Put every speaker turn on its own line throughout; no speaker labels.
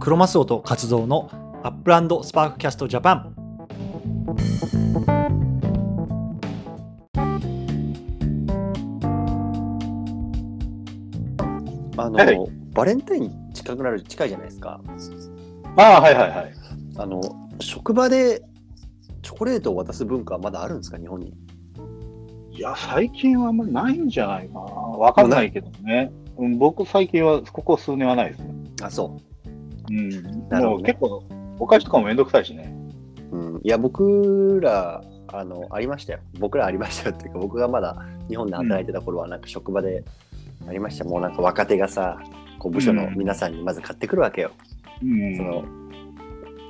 クロマスオと活動のアップランドスパークキャストジャパン
あの、
はい
バレンタイン近くなる近いじゃないですか。
ああ、はいはいはい。
あの職場でチョコレートを渡す文化はまだあるんですか日本に。
いや、最近はあんまりないんじゃないかな。わかんないけどね。うん、僕、最近は、ここ数年はないですね。
あそ
うん。
なるほど
もう
ね
結構、お菓子とかもめんどくさいしね。
う。うん、いや僕らあのありましたよ。僕らありましたよっていうか僕がまだ日本で働いてた頃はなんか職場でありました。もうなんか若手がさこう部署の皆さんにまず買ってくるわけよ。
うん。
その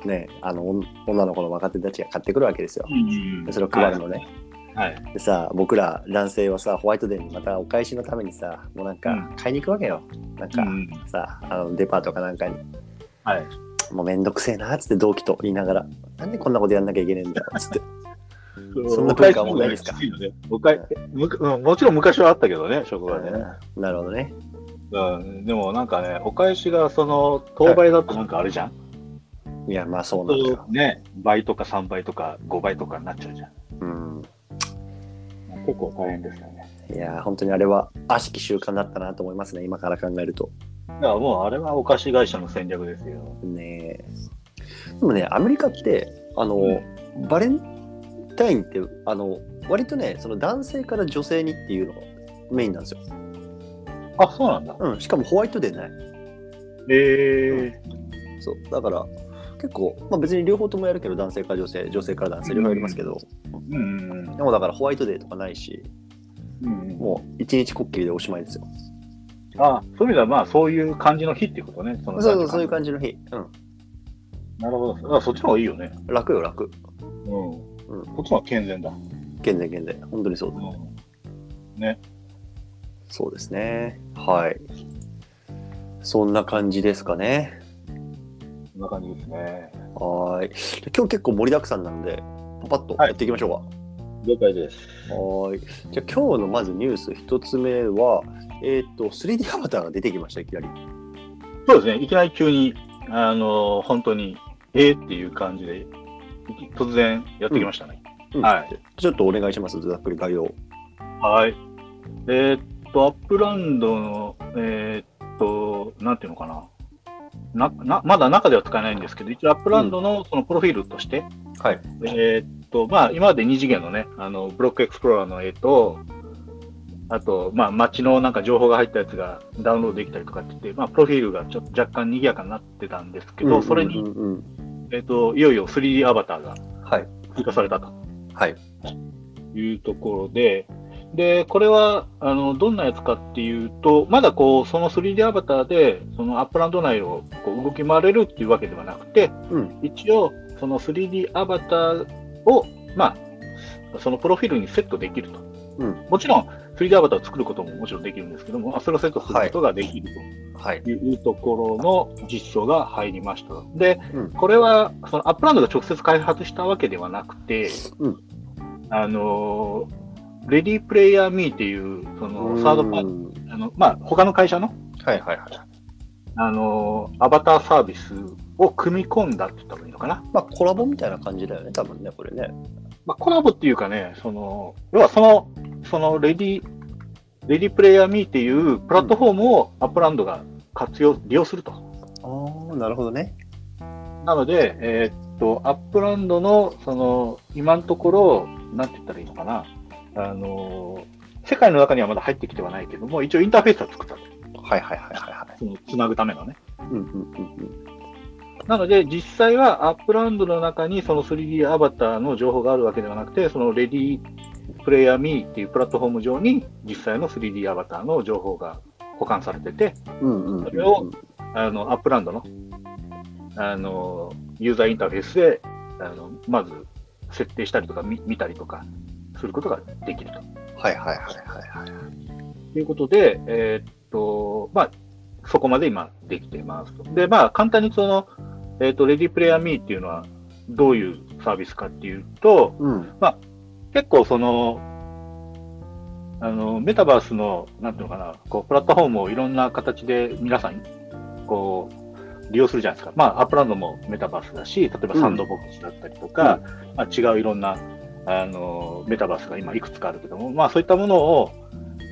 ねあの女女の子の若手たちが買ってくるわけですよ
う。ん
でそれを配るのね。
はい。はい。
でさ僕ら男性はさホワイトデーにまたお返しのためにさもうなん
う
か買いに行くわけよ、なんか、
うん
さあのデパートかなんかに
はい。
もうめんどくせえなっつって同期と言いながらなんでこんなことやんなきゃいけねえんだよっつって そんな文化はもうないですか
お返しの方がきついよねお返むくうんもちろん昔はあったけどね、職場でね。
うんなるほどね
うん、でもなんかね、お返しがその当倍だとなんかあれじゃん、
いやまあそうなんだよ、
ね、倍とか3倍とか5倍とかになっちゃうじゃん。
うん、
結構大変ですよね。
いや本当にあれは悪しき習慣だったなと思いますね今から考えると
だからもうあれはお菓子会社の戦略ですよ。
ねえでもねアメリカってあの、
うん
バレンタインってあの割とねその男性から女性にっていうのがメインなんですよ、
あ、そうなんだ。
うん、しかもホワイトデーない
ええ
そうだから結構、まあ、別に両方ともやるけど男性から女性女性から男性両方やりますけど、
うんうん
でもだからホワイトデーとかないし
うんうん。
もう一日こっきりでおしまいですよ
あ、そういう意味ではまあそういう感じの日っていうことね。そ
そう
の
そうそういう感じの日、うん、
じ。なるほど。あそっちの方がいいよね。
楽よ楽
うん。こ
うん
っちの方が健全だ。
健全健全本当にそうだ
うん。
そうですねはいそんな感じですかね
そんな感じですね。
はーいで今日結構盛りだくさんなのでパパッと
はい
やっていきましょうか、
了解です。
はーいじゃあ今日のまずニュース一つ目はえっ、と 3D アバターが出てきましたいきなり
そうですね。いきなり急に、あの、本当に、えー、っていう感じで、いき突然やってきましたね。
うん
はい。
ちょっとお願いしますざっくり概要
はい。えーっと、アップランドの、えーっと、なんていうのかな。ななまだ中では使えないんですけど、一応アップランドのそのプロフィールとして、
はい
えーっと、まあ、今まで2次元のね、あの、ブロックエクスプローラーの絵と、あと、まあ、街のなんか情報が入ったやつがダウンロードできたりとかって言って、まあ、プロフィールがちょっと若干賑やかになってたんですけど、それに、
うんうん
えーっと、いよいよ 3D アバターが
うんはい
追加されたと。
はい
いうところで、で、これは、あの、どんなやつかっていうと、まだこう、その 3D アバターで、そのアップランド内をこう動き回れるっていうわけではなくて、
うん
一応、その 3D アバターを、まあ、そのプロフィールにセットできると。
うん
もちろん、3D アバターを作ることももちろんできるんですけども、それをセットすることができると。
はい
というところの実証が入りました。で、
うん
これはそのアップランドが直接開発したわけではなくて、
うん
あのーレディープレイヤーミーっていうそのサードパーテ
ー
ィーあのまあ他の会社の
はいはいはい
あのーアバターサービスを組み込んだって言った方がいいのかな。
まあコラボみたいな感じだよね多分ねこれね
まあコラボっていうかね、その要はそのそのレディレディープレイヤーミーっていうプラットフォームをアップランドが活用利用すると。
ああなるほどね
なので、えーっと、アップランドの、その、今のところ、なんて言ったらいいのかな、あのー、世界の中にはまだ入ってきてはないけども、一応インターフェースは作ったと。
はいはいはいはいはい
その、つなぐためのね。
うんうんうん
なので、実際はアップランドの中に、その 3D アバターの情報があるわけではなくて、その、レディープレイヤーミーっていうプラットフォーム上に、実際の 3D アバターの情報が保管されてて、
うんうんうんうん
それをあの、アップランドの、あの、ユーザーインターフェースで、あの、まず、設定したりとか、見見たりとか、することができると。
はいはいはいはいはい
いうことで、えーっと、まあ、そこまで今、できていますと。で、まあ、簡単にその、えーっと、レディプレイヤーミーっていうのは、どういうサービスかっていうと、
うん
結構その、あの、メタバースの、なんていうのかな、こう、プラットフォームをいろんな形で皆さんに、こう、利用するじゃないですか。まあ、アップランドもメタバースだし、例えばサンドボックスだったりとか、まあ、違ういろんなあのメタバースが今いくつかあるけども、まあ、そういったものを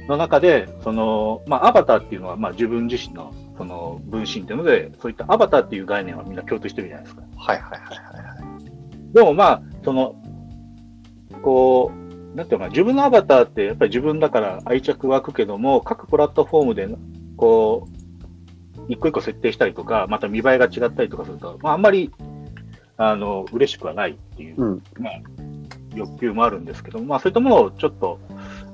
の中で、そのまあ、アバターっていうのは、まあ、自分自身のその分身っていうので、そういったアバターっていう概念はみんな共通してるじゃないですか。
はいはいはいはい。
でもまあ、その、こう、なんていうのかな、自分のアバターってやっぱり自分だから愛着湧くけども、各プラットフォームで、こう、一個一個設定したりとか、また見栄えが違ったりとかすると、まあ、あんまり、あの、嬉しくはないっていう、
うん
まあ、欲求もあるんですけども、まあ、そういったものをちょっと、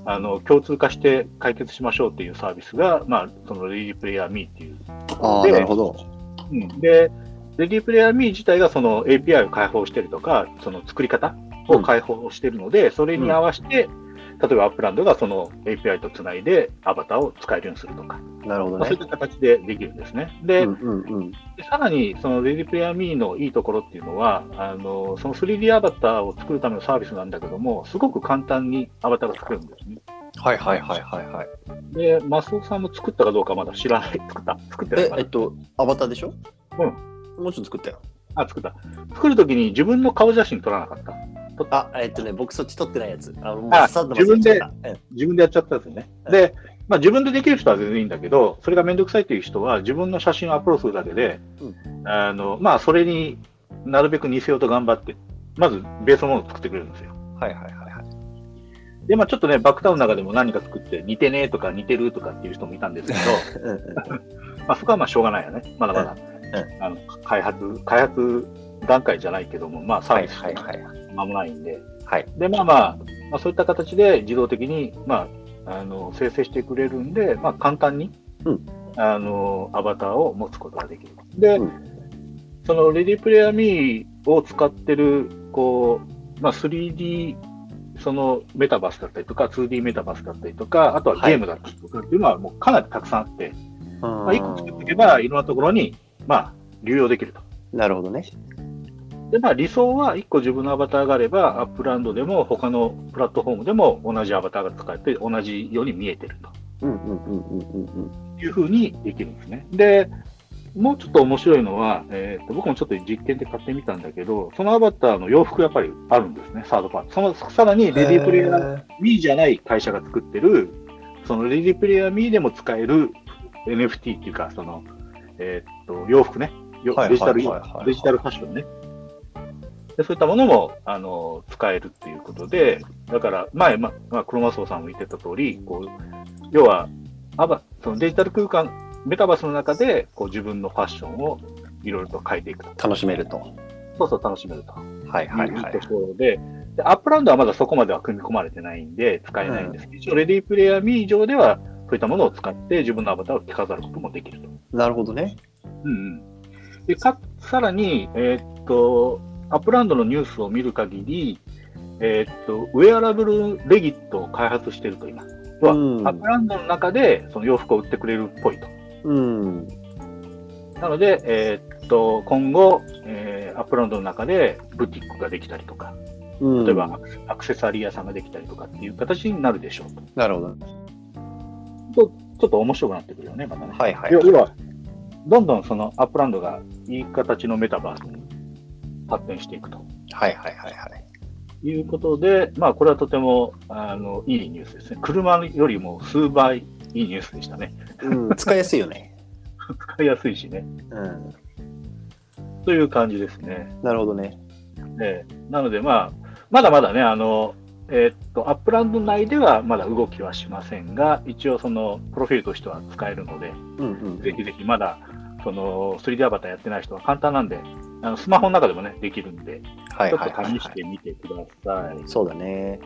あの、共通化して解決しましょうっていうサービスが、まあ、その、レディープレイヤーミーっていう
ああ、
で
なるほど。
うんで、レディープレイヤーミー自体がその API を開放してるとか、その作り方を開放してるので、それに合わせて、例えばアップランドがその API とつないでアバターを使えるようにするとか、
なるほど
まあそう
ね
いっ。た形でできるんですね。で、
うんうんうん。
でさらにそのレディープレイヤーミーのいいところっていうのは、あのその 3D アバターを作るためのサービスなんだけども、すごく簡単にアバターが作れるんですね。
はいはいはいはいはい。
で、マスオさんも作ったかどうかまだ知らない。作った作ってない
え
か、な
えっと、アバターでしょ。
うん
もうちょっと作ったよ。
あ、作った。作るときに自分の顔写真撮らなかった。
あ、えっとね、僕そっち撮ってないやつ。あの、もう
あ
さっと忘れちゃったうん
自分でやっちゃったんですよね。で、まあ、自分でできる人は全然いいんだけど、それがめんどくさいという人は、自分の写真をアップロードするだけで、あのまあ、それになるべく似せようと頑張って、まずベースのものを作ってくれるんですよ。
はいはいはいはい。
で、まあ、ちょっとね、バックタウンの中でも何か作って、似てねえとか似てるとかっていう人もいたんですけど、
うんうん
まあ、そこはまあしょうがないよね。まだまだ、あの開発、開発段階じゃないけども、まあ、サー
はい
ビス
はいはい。
間もないんで、
はい。
で、まあまあ、まあ、そういった形で自動的に、まあ、あの生成してくれるんで、まあ、簡単に、
うん
あのアバターを持つことができる。で、
うん
そのレディープレイヤーミーを使ってる、こう、まあ、3D、そのメタバースだったりとか、2D メタバースだったりとか、あとはゲームだったりとかっていうのは、もうかなりたくさんあって、まあ、1個作っていけば、いろんなところに、まあ、流用できると。
なるほどね。
で、まあ理想は1個自分のアバターがあれば、アップランドでも他のプラットフォームでも同じアバターが使えて、同じように見えてる
うんうんうんうんうん
というふうにできるんですね。で、もうちょっと面白いのは、えーと僕もちょっと実験で買ってみたんだけど、そのアバターの洋服やっぱりあるんですね、サードパーティー。そのさらに
うん。
レディープレイヤー
へー。
ミーじゃない会社が作ってる、そのレディープレイヤーミーでも使える NFT っていうか、その、えーっと、洋服ね。よ
はい
デジタル
はいはいはいはい
デジタルファッションね。でそういったものも、あの、使えるっていうことで、だから、前、ま、まあ、黒マスオさんも言ってた通り、こう、要は、アバ、そのデジタル空間、メタバースの中で、こう自分のファッションをいろいろと変えていくと。
楽しめると。
そうそう楽しめると。
はいはいはい
と。ころで、でアップランドはまだそこまでは組み込まれてないんで、使えないんですけど、一応、レディープレイヤーミー上では、そういったものを使って、自分のアバターを着飾ることもできると。
なるほどね。
うんうん、でかさらに、えーっと、アップランドのニュースを見る限り、えーっと、ウェアラブルレギットを開発してると、今。うわ
うん
アップランドの中で、その洋服を売ってくれるっぽいと。
うん。
なので、えーっと、今後、えーアップランドの中でブティックができたりとか、
うん
例えば。アクセアクセサリー屋さんができたりとかっていう形になるでしょうと。
なるほど。
とちょっと面白くなってくるよね、またね。
はいはい
要。要は、どんどんそのアップランドがいい形のメタバースに発展していくと
はいはいはいはい。
いうことで、まあ、これはとてもあのいいニュースですね。車よりも数倍いいニュースでしたね。
うん。使いやすいよね。
使いやすいしね。
うん。
という感じですね。
なるほどね。
ええなので、まあ、まだまだね、あの、えーっと、アップランド内ではまだ動きはしませんが、一応その、プロフィールとしては使えるので、
うんうん。
ぜひぜひまだ、その、3D アバターやってない人は簡単なんで、あのスマホの中でもね、できるんで、
は
ち
い
ょっ
はい
と
はい
試
は
してみてください。
い。そうだね。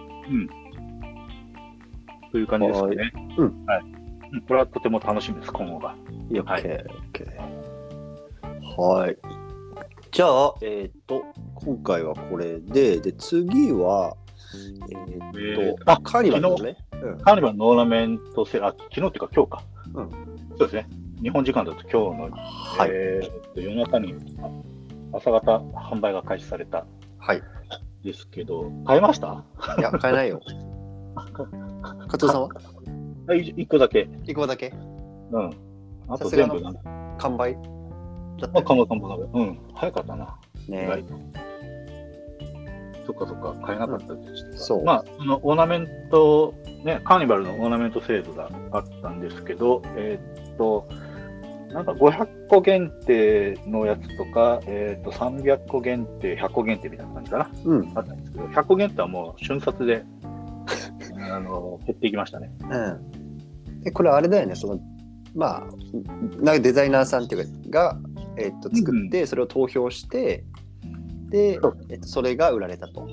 という感じですかね。
うん
はい。うんこれはとても楽しみです、今後が。
いや、
はい
OK、OK。はい。じゃあ、えーっと、今回はこれで、で、次は、えーっと、
えーあ
カーニバルだね。うん
カーニバルのオーナメントセラー、昨日っていうか今日か。
う
そうですね。日本時間だと今日の、
はい。
えーっと、夜中に、あ朝方販売が開始された
はい。
ですけど、買えました
いや、買え ないよ。カツオさんは
あい一個だけ。
一個だけ
うん。あ
さ
と
すが
全
の
部なんか
完売だった
まあ、
よ
かもかもかも。うん。早かったな。意
ね
外。と。そっかそっか。買えなかったです、
んそう
まあ、そのオーナメント、ね、カーニバルのオーナメントセールがあったんですけど、えーっと、なんか500個限定のやつとか、えーっと、300個限定、100個限定みたいな感じかな。
うん。
あったんですけど、100個限定はもう瞬殺で、 あの、減っていきましたね。
うん。で、これあれだよね、その、まあ、なんかデザイナーさんっていうか、が、えっと、作って、それを投票して、で
そう、
えっと、それが売られたと。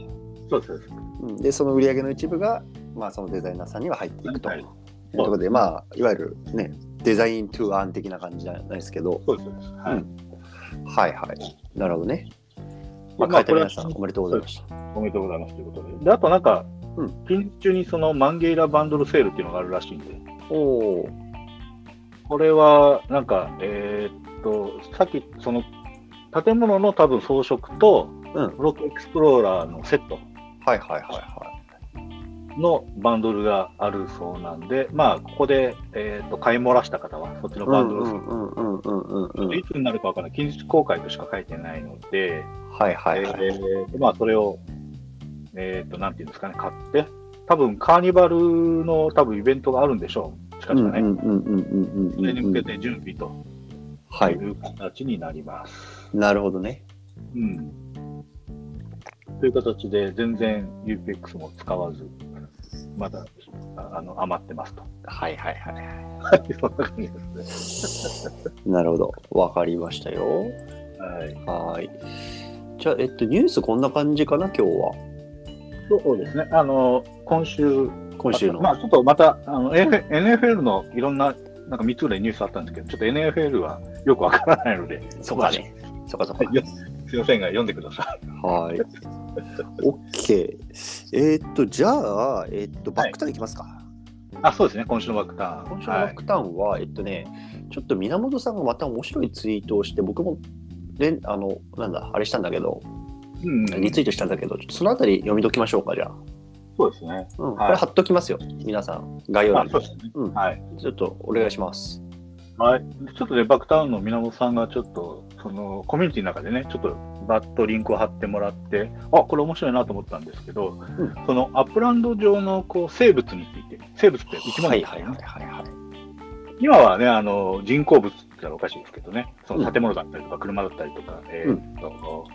そうです、そうです。
うんで、その売り上げの一部が、まあ、そのデザイナーさんには入っていくと。
はい
いうところで、まあ、いわゆるね、デザイントゥーアン的な感じじゃないですけど、
そうです、そうです。はい。
はいはい。なるほどね。まあ、
ま
書
あ
いて
これ
皆
は
さん、おめでとうございました。
おめでとうございますということで。で、あとなんか、
うん
近日中にそのマンゲイラバンドルセールっていうのがあるらしいんで、
おおー。
これはなんか、えーっと、さっき、その、建物の多分装飾と、
うん
ブロックエクスプローラーのセット
はいはいはいは
のバンドルがあるそうなんで、まあ、ここで、えーっと、買い漏らした方は、そっちの
い。
バンドルセール、
うんうんうんうんうんうん
い。つになるかわからない、近日公開としか書いてないので、
はいはい
え
はい。
ーまあ、それを、えっ、と、なんていうんですかね、買って、多分カーニバルの多分イベントがあるんでしょう、近
うんうん
々
う
ね。
んうん
それに
うん
向
う
け
ん。
て準備と
はいい。
う形になります。
なるほどね。
うん。という形で、全然 UPX も使わず、まだああの余ってますと。
はいはいは
そんな感じです
い。なるほど。わかりましたよ。
ね。はい。
はーい。じゃあ、えっと、ニュースこんな感じかな、今日は。
そうですね。あの、今週、
今週の。
まあ、ちょっとまた、あの、NF NFL のいろんな、なんか3つぐらいニュースあったんですけど、ちょっと NFL はよくわからないので、
そうかね。そうかそうか。
よすいませんが、読んでくださ
はーい。OK。えーっと、じゃあ、えーっと、バックターンいきますか。
い。あ、そうですね、今週のバックターン。
今週のバックターンは、えっとね、ちょっと源さんがまた面白いツイートをして、僕も連、あの、なんだ、あれしたんだけど、
はい、うん、
リツイートしたんだけど、ちょっとそのあたり読み解きましょうか、じゃあ。
そうですね。
うん、こ
はい
れ貼っときますよ、皆さん、概要
あ
欄に
そう。ですね、
うん
はい。
ちょっとお願いします。
はい。ちょっとね、バックターンの源さんがちょっと、その、コミュニティの中でね、ちょっとバッとリンクを貼ってもらって、あ、これ面白いなと思ったんですけど、
うん
その、アップランド上の、こう、生物について、生物って生き物
は
です
い
よね
はいはいはいはい。
今はね、あの人工物って言ったらおかしいですけどね、その建物だったりとか、車だったりとか、えーっと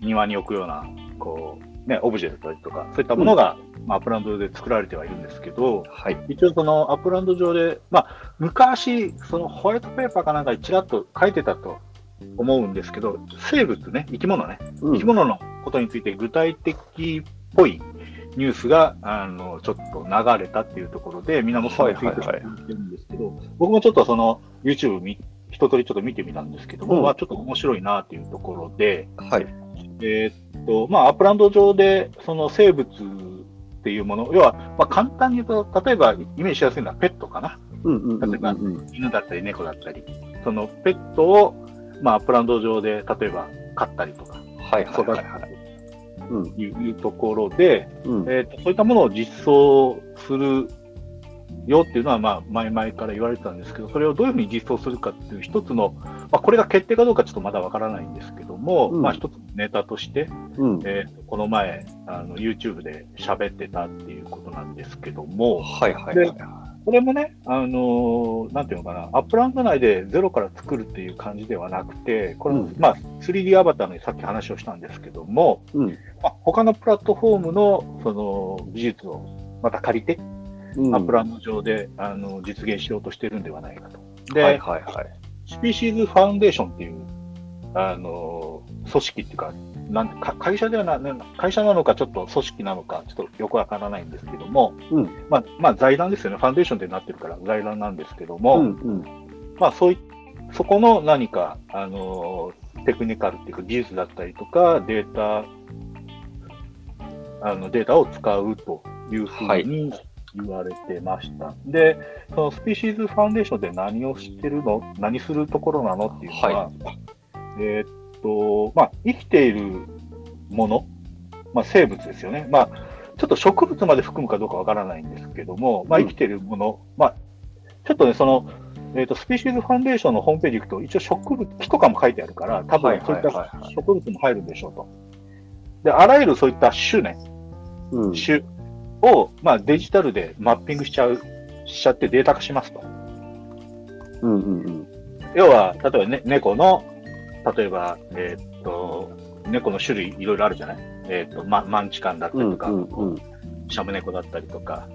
庭に置くようなこう、ね、オブジェだったりとか、そういったものが、まあ、アップランドで作られてはいるんですけど、
はい。
一応、そのアップランド上で、まあ、昔、そのホワイトペーパーかなんかにちらっと書いてたと思うんですけど、生物ね、生き物ね、
う
生き物のことについて具体的っぽいニュースがあのちょっと流れたっていうところで、みんなもそういうツイートしてるんですけど、僕もちょっとその YouTube み一通りちょっと見てみたんですけども、
うん
まあ、ちょっと面白いなっていうところで、
ん、はい。
えーっとまあ、アップランド上でその生物っていうもの、要は、まあ、簡単に言うと、例えばイメージしやすいのはペットかな。
うんうんうん
例えば
うん
犬だったり猫だったり、そのペットを、まあ、アップランド上で例えば飼ったりとか、
はいはい
育て
は
た
い
り
は
と
い
か。
うん
いういうところで、
うん
えーとそういったものを実装するよっていうのは、まあ、前々から言われてたんですけど、それをどういうふうに実装するかっていう一つの、まあ、これが決定かどうかちょっとまだわからないんですけども、
うん
まあ、一つのネタとして、
うん
えーとこの前あの、YouTube で喋ってたっていうことなんですけども、
はいはいはい
で
は
これもね、あのーなんていうのかな、アップランド内でゼロから作るっていう感じではなくて、これ、
うん
まあ、3D アバターのさっき話をしたんですけども、
い。うん
まあ、他のプラットフォームのその技術をまた借りて、
うん。
アップランド上であの実現しようとしてるんではないかと。で、
はいはいはい。
スピーシーズファウンデーションっていうあの組織っていうかなんか会社ではな、なん会社なのか、ちょっと組織なのか、ちょっとよくわからないんですけども、
うん
まあまあ、財団ですよね、ファウンデーションってなってるから財団なんですけど
う
も、
んうん。
まあ、そういそこの何か、あのテクニカルっていうか技術だったりとかデータあのデータを使うというふ
は
う
い
に言われてました、でそのスピーシーズファウンデーションで何をしてるの何するところなのっていうのは、えーっとまあ、生きているもの、まあ、生物ですよね、まあ、ちょっと植物まで含むかどうかわからないんですけども、まあ、
うん
生きているもの、まあ、ちょっとねそのえー、とスピーシーズファンデーションのホームページ行くと、一応植物、木とかも書いてあるから、多
はい
分
はい
そう
はいい
っ
はい
た植物も入るんでしょうと。で、あらゆるそういった種ね、
うん。
種を、まあ、デジタルでマッピングしちゃう、しちゃってデータ化しますと。
うんうんうん。
要は、例えば、ね、猫の、例えば、えーっと、猫の種類いろいろあるじゃないえーっと、ま、マンチカンだった
う
り
ん
とか、
うん
シャム猫だったりとか、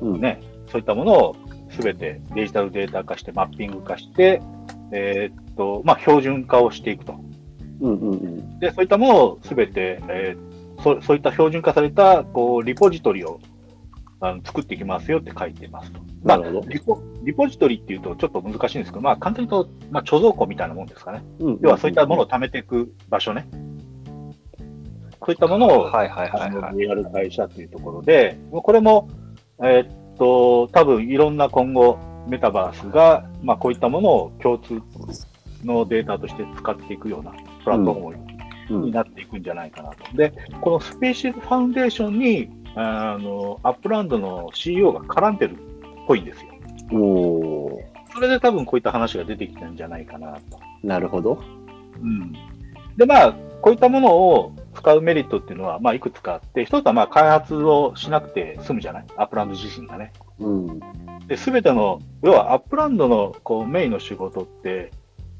うん。
ね、そういったものをすべてデジタルデータ化して、マッピング化して、えーっと、まあ、標準化をしていくと。
うんうんうん。
で、そういったものをすべて、えーそ、そういった標準化された、こう、リポジトリをあの作っていきますよって書いてますと。ま
な
あ、
るほど。
リポリポジトリっていうとちょっと難しいんですけど、まあ、簡単に言うと、まあ、貯蔵庫みたいなもんですかね。
うん
要はそういったものを貯めていく場所ね。そういったものを、
はいはいは
あ
い
の
はい。
やる会社というところで、これも、えーっと、多分いろんな今後、メタバースが、まあ、こういったものを共通のデータとして使っていくようなプラットフォーム
う
に
ん
なっていくんじゃないかなと。で、このスペーシーズファウンデーションに、あの、アップランドの CEO が絡んでるっぽいんですよ。
おー
それで多分こういった話が出てきたんじゃないかなと。
なるほど。
うん。で、まあ、こういったものを使うメリットっていうのは、まあ、いくつかあって、一つはまあ、開発をしなくて済むじゃないアップランド自身がね。
うん。
で、すべての、要はアップランドのこうメインの仕事って、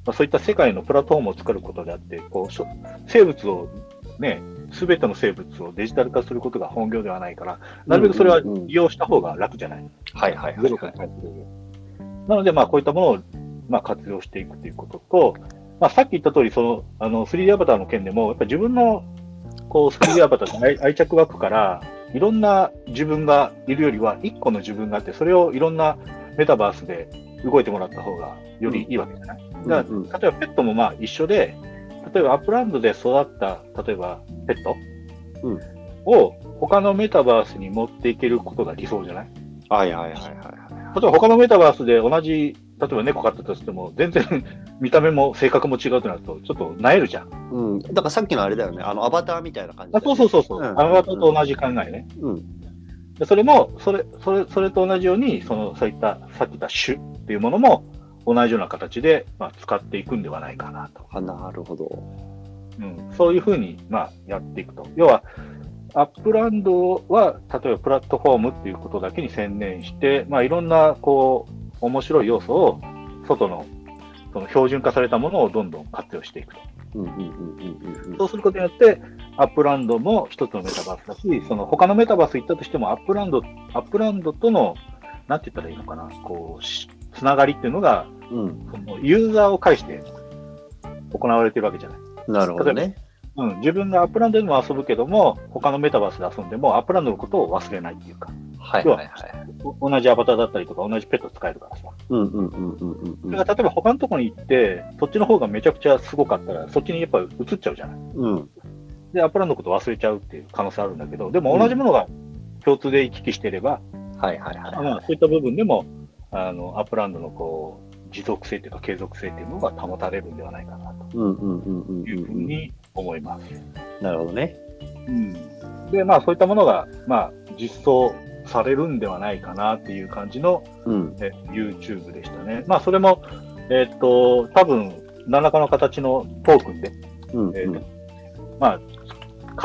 まあ、そういった世界のプラットフォームを作ることであって、こうしょ生物をね、すべての生物をデジタル化することが本業ではないから、なるべくそれは
うんうんうん
利用した方が楽じゃない、
はいはいは
ゼ
い
ロか
は
ら
い。
返ってくれる。なので、まあ、こういったものを、まあ、活用していくということと、まあ、さっき言った通り、その、あの、3D アバターの件でも、やっぱり自分の、こう、3D アバターに愛愛着湧くから、いろんな自分がいるよりは、一個の自分があって、それをいろんなメタバースで動いてもらった方が、よりいいわけじゃない、だ
うんうん
例えばペットもまあ一緒で、例えばアップランドで育った、例えばペット、
うん
を他のメタバースに持っていけることが理想じゃない
はいはいはいはいは
例えば他のメタバースで同じ、例えば猫飼ってたとしても、全然見た目も性格も違うとなると、ちょっと萎えるじゃん。
い。うん。だからさっきのあれだよね。あの、アバターみたいな感じだ
あ
よね。
そうそうそうそう、
うん
あの方と同じ考えね。
うん。
でそれもそれそれ、それと同じように、そのそういったさっき言った種っていうものも、同じような形で、まあ、使っていくんではないかなと。
あ、なるほど。
うん、そういうふうに、まあ、やっていくと。要は、アップランドは、例えばプラットフォームっていうことだけに専念して、まあ、いろんな、こう、面白い要素を、外の、その標準化されたものをどんどん活用していくと。
うんうんうんうんうん
そうすることによって、アップランドも一つのメタバースだし、その他のメタバース行ったとしても、アップランド、アップランドとの、なんて言ったらいいのかな、こう、しつながりっていうのが、
うん。うん。
そのユーザーを介して行われてるわけじゃない。
なるほどね。
うん、自分がアップランドでも遊ぶけども、他のメタバースで遊んでも、アップランドのことを忘れないっていうか、
はいはいはい。
お同じアバターだったりとか、同じペット使えるからさ。
うんうんうんうんう
そ
ん
れが例えば他のところに行って、そっちの方がめちゃくちゃすごかったら、そっちにやっぱ移っちゃうじゃない。
うん。うん。
で、アップランドのこと忘れちゃうっていう可能性あるんだけど、でも同じものが共通で行き来していれば、
はいはい
あ
は。
まあそういった部分でも、あの、アップランドのこう、持続性っていうか継続性っていうのが保たれるんではないかない
うんうんうんうん
というふう
うん。
に思います。
なるほどね。
うん、でまあそういったものが、まあ、実装されるんではないかなっていう感じの
うん。
え YouTube でしたね。まあそれも、えっと多分何らかの形のトークンで、
うん
え
う
ー
ん。
まあ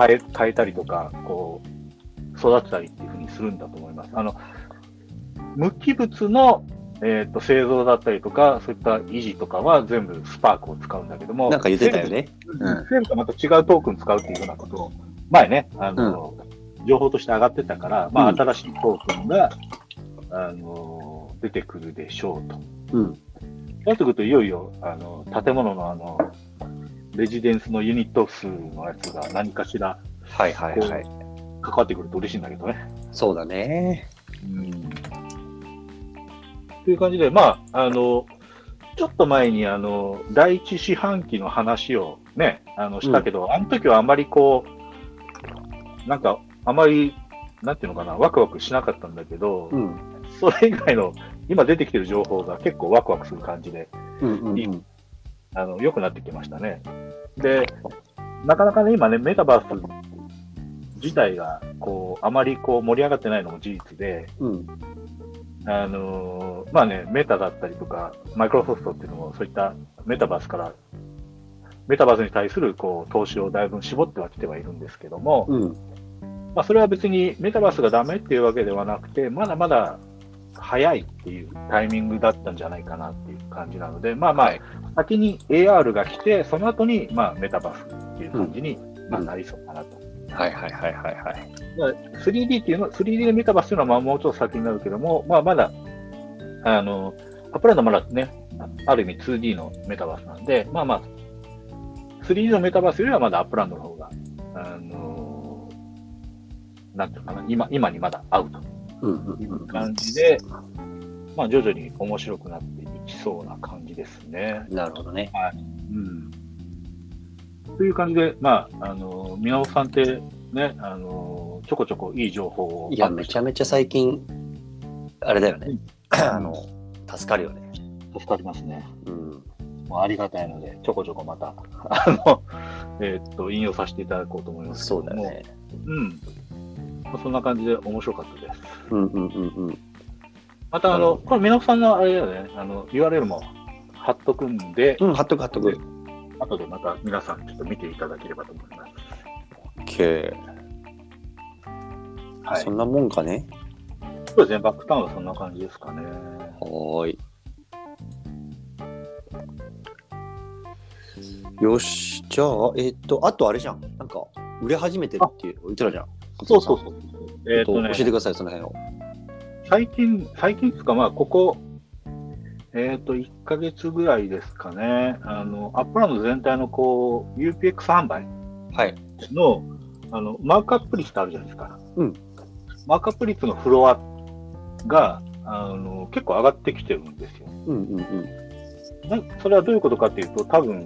変え変えたりとかこう育てたりっていうふうにするんだと思います。あの無機物のえっと製造だったりとか、そういった維持とかは全部スパークを使うんだけども、
なんか言ってたよね。
うんセールとまた違うトークン使うっていうようなことを、前ね、あの、情報として上がってたから、まあ、
うん
新しいトークンが、あの、出てくるでしょうと。
うん。
そうなってくると、いよいよ、あの、建物のあの、レジデンスのユニット数のやつが何かしら
はいはいはい。
関わってくると嬉しいんだけどね。
そうだね。
という感じで、まあ、あの、ちょっと前に、あの、第一四半期の話をね、あの、したけど、あの時はあまりこう、なんか、あまり、なんていうのかな、ワクワクしなかったんだけど、
うん。
それ以外の、今出てきてる情報が結構ワクワクする感じで、
うんうんうん。
あの、良くなってきましたね。で、なかなかね、今ね、メタバース自体が、こう、あまりこう、盛り上がってないのも事実で、
うん。
あのーまあね、メタだったりとか、マイクロソフトっていうのもそういったメタバースから、メタバースに対するこう投資をだいぶ絞ってはきてはいるんですけども、
うん。
まあ、それは別にメタバースがダメっていうわけではなくて、まだまだ早いっていうタイミングだったんじゃないかなっていう感じなので、まあまあ、
はい
先に AR が来て、その後にまあメタバースっていう感じにまあ
うん
なりそうかなと。
はいはいはいはいはい。
3D っていうの、3D でメタバースっていうのはまあもうちょっと先になるけども、まあまだ、あの、アップランドまだね、ある意味 2D のメタバースなんで、まあまあ、3D のメタバースよりはまだアップランドの方が、あの、なんていうのかな、今、今にまだ合うと
うんうんうん。
感じで、まあ徐々に面白くなっていきそうな感じですね。
なるほどね。
うんという感じで、まあ、あの、宮尾さんってね、あの、ちょこちょこいい情報を。
いや、めちゃめちゃ最近、あれだよね。 あの、助かるよね。
助かりますね。
うん。
もうありがたいので、ちょこちょこまた、 あの、えーっと、引用させていただこうと思いますけ
そ
ど
う
も
だよ。ね。
うん。まあそんな感じで面白かったです。
うんうんうんうん。
また、あ
なる
の、
ほ
これ、宮尾さんのあれだよね、あの、URL も貼っとくんで、
うん、貼っとく貼っとく。
後でまた皆さんちょっと見ていただければと思います。
OK。
はい。
そ
そ
んなもんかね。
うですね、バックタウンはそんな感じですかね。
はーい。よし、じゃあ、えっと、あとあれじゃん。なんか、売れ始めてるっていう言ってたじゃん。
そうそうそう。えー
え
っ
っ
と
と、
ね
教え、てください、その辺を。
最近、最近ですか、まあ、ここ、えっ、と、1ヶ月ぐらいですかね、あの、アップランド全体のこう、UPX 販売
はい。
の、あの、マークアップ率ってあるじゃないですか。
うん。
マークアップ率のフロアが、あの、結構上がってきてるんですよ。
うんうんうん。
なそれはどういうことかっていうと、多分、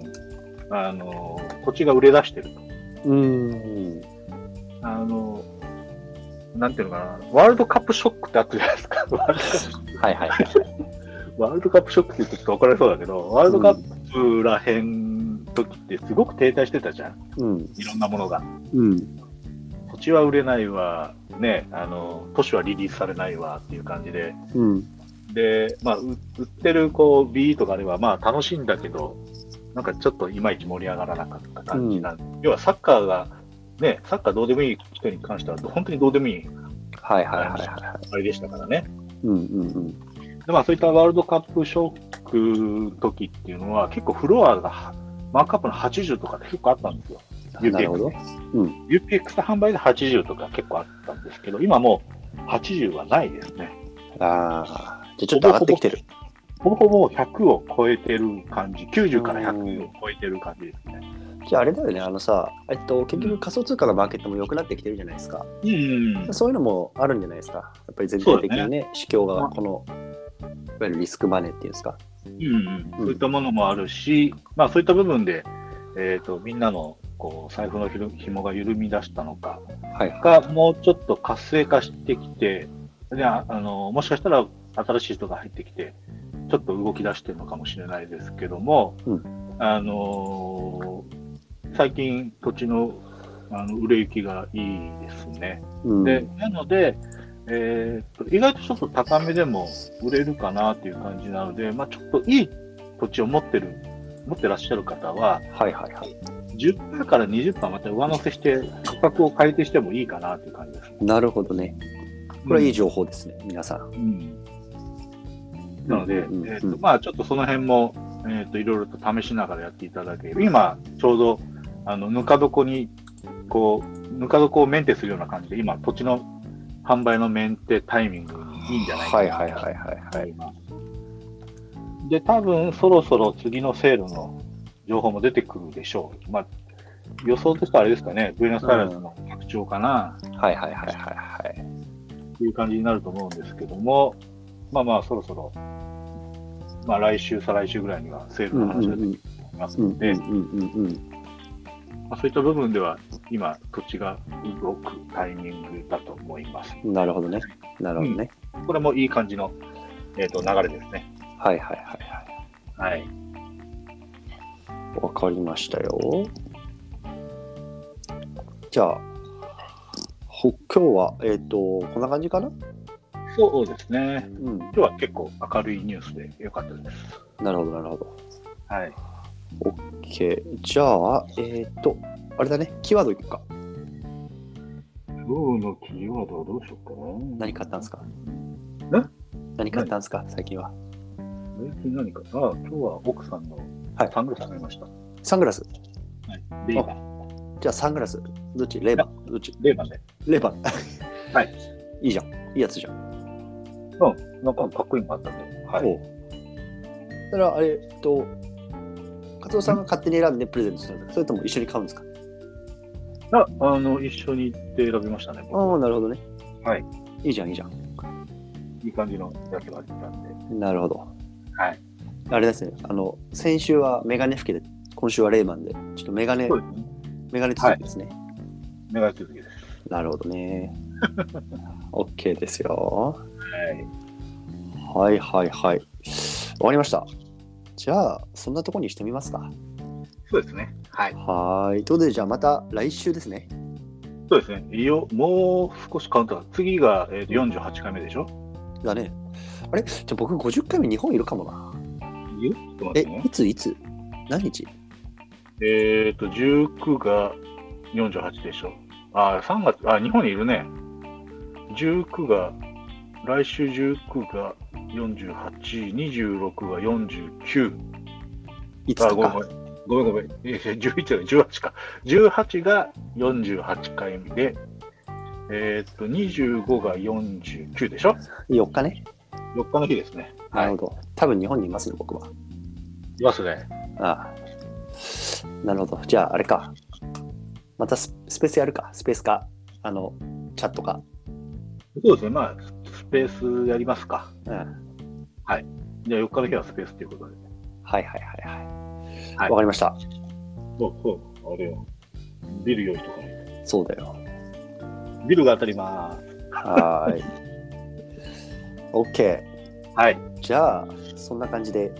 あの、土地が売れ出してると。
うーん。
あの、なんていうのかな、ワールドカップショックってあったじゃないですか。ワールドカップショック
はいはいはい。
ワールドカップショックって言うとちょっと怒られそうだけど、ワールドカップらへん時ってすごく停滞してたじゃん、
うん。
いろんなものが。
うん。
土地は売れないわ、ね、あの、都市はリリースされないわっていう感じで、
うん。
で、まあ、う売ってるこう、ビートがあれば、まあ楽しいんだけど、なんかちょっといまいち盛り上がらなかった感じなん、要はサッカーが、ね、サッカーどうでもいい人に関しては、本当にどうでもいい、
はいはいはいは
あれでしたからね。
い。うんうんうん。
でまあ、そういったワールドカップショック時っていうのは、結構フロアが、マークアップの80とかって結構あったんですよ。UPX
なるほど。
UPX 販売で80とか結構あったんですけど、今もう80はないですね。
ああ。じゃあちょっと上がってきてる。
ほぼほぼ100を超えてる感じ、90から
うん
100を超えてる感じですね。
じゃああれだよね、あのさ、えっと、結局仮想通貨のマーケットも良くなってきてるじゃないですか。
うん。
そういうのもあるんじゃないですか。やっぱり全体的にね、市況がこの、いわゆるリスクマネーっていうんですか。
うん、そういったものもあるし、まあ、そういった部分で、えっとみんなのこう財布のひろ紐が緩み出したのか、
はい
がもうちょっと活性化してきてでああの、もしかしたら新しい人が入ってきて、ちょっと動き出してるのかもしれないですけども、
う
あのー最近、土地のあの売れ行きがいいですね。
うん
で、なので、えーっと意外とちょっと高めでも売れるかなっていう感じなので、まあ、ちょっといい土地を持ってる、持ってらっしゃる方は、
はいはいはい。
10%から20%また上乗せして、価格を改定してもいいかなっていう感じです。
なるほどね。これはいい情報ですね、皆さん。
うんなので、
うんうんうん
えーっとまあ、ちょっとその辺も、えーっといろいろと試しながらやっていただければ、今、ちょうどあのぬか床にこう、ぬか床をメンテするような感じで、今、土地の販売のメンテタイミングにいいんじゃないか
はい
な
はいはいはいはい。
で、多分そろそろ次のセールの情報も出てくるでしょう。まあ、予想としてはあれですかね、ブエノスアイレスの拡張かな、
はいはいはいはいはい。
っていう感じになると思うんですけども、まあまあ、そろそろ、まあ来週、再来週ぐらいにはセールの話が出てくると思いますので、
うんうん。
まあ、そういった部分では今、土地が動くタイミングだと思います。
なるほどね。なるほどね。
これもいい感じの、えー、と流れですね。
はいはいはい
はい。
はい。わかりましたよ。じゃあ、ほ今日は、えっ、と、こんな感じかな
そうですね。
うん、
今日は結構明るいニュースで良かったです。
なるほど、なるほど。
はい。
OK。じゃあ、えっ、と、あれだね、キーワードいくか。
今日のキーワードはどうしようかな。
何買ったんですか
え
何買ったんですか最近は。
最近何か。あ、今日は奥さんの
はい
サングラス買いました。は
サングラス。
い。レイバン。
じゃあ、サングラス。どっちレバン。どっち
レイバンで。
レバン。。
はい
いいじゃん。いいやつじゃん。
うん。なんかかっこいいのがあったんで。はい。
おうそれは、あれ、えっと、カツオさんが勝手に選んでプレゼントするんですかそれとも一緒に買うんですか
あ、あの、一緒に行って選びましたね。僕
ああ、なるほどね。
はい。
いいじゃん、いいじゃん。
いい感じのやつがあったんで。
なるほど。
はい。
あれですね、あの、先週はメガネ吹きで、今週はレイマンで、ちょっとメガネ
そ、うですね。
メガネ続きですね。
願い続けです。
なるほどね。OK ですよ。
は
は
い。
いはいはい。わかりました。じゃあ、そんなとこにしてみますか。
そうですね。はい。
はーい。ということで、じゃあまた来週ですね。
そうですね。いよ、もう少しカウントが。次が、えー、と48回目でしょ
だね。あれじゃあ僕50回目日本いるかもな。
いいよちょっと待
え
ってね、。
いついつ何日
えっ、と、19が48でしょ。あ、3月、あ、日本にいるね。19が、来週19が48、26が49。
いつ
あ、
と
ごめん
か。
ごめん。ごめんごめん。えー11じゃない、18か。18が48回目で、えっ、と、25が49でしょ。
4日ね。
4日の日ですね。
なるほど。多分日本にいますよ、僕は。
いますね。
ああ。なるほど。じゃあ、あれか。またススペースやるか。スペースか。あの、チャットか。
そうですね。まあ、スペースやりますか。
うん。はい
じゃあ4日の日はスペースということで。
はいはいはい。は
は
いい、わかりました。
そうそう、あれよ。ビル用意とかね。
そうだよ。
ビルが当たります。
はーい。OK。
はい。
じゃあ、そんな感じで、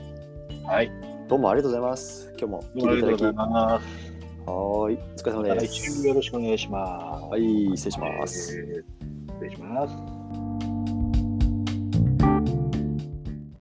はい。
どうもありがとうございます。今日も
どうも
聞
あ
いて
り
い
が
た
とう
だ
ご
き、
ざい
は
ま
ーい。
す。
お疲れ様
また
で
来週
す
よ。ろしくお願いします。
はい、失礼します。
えー失礼します。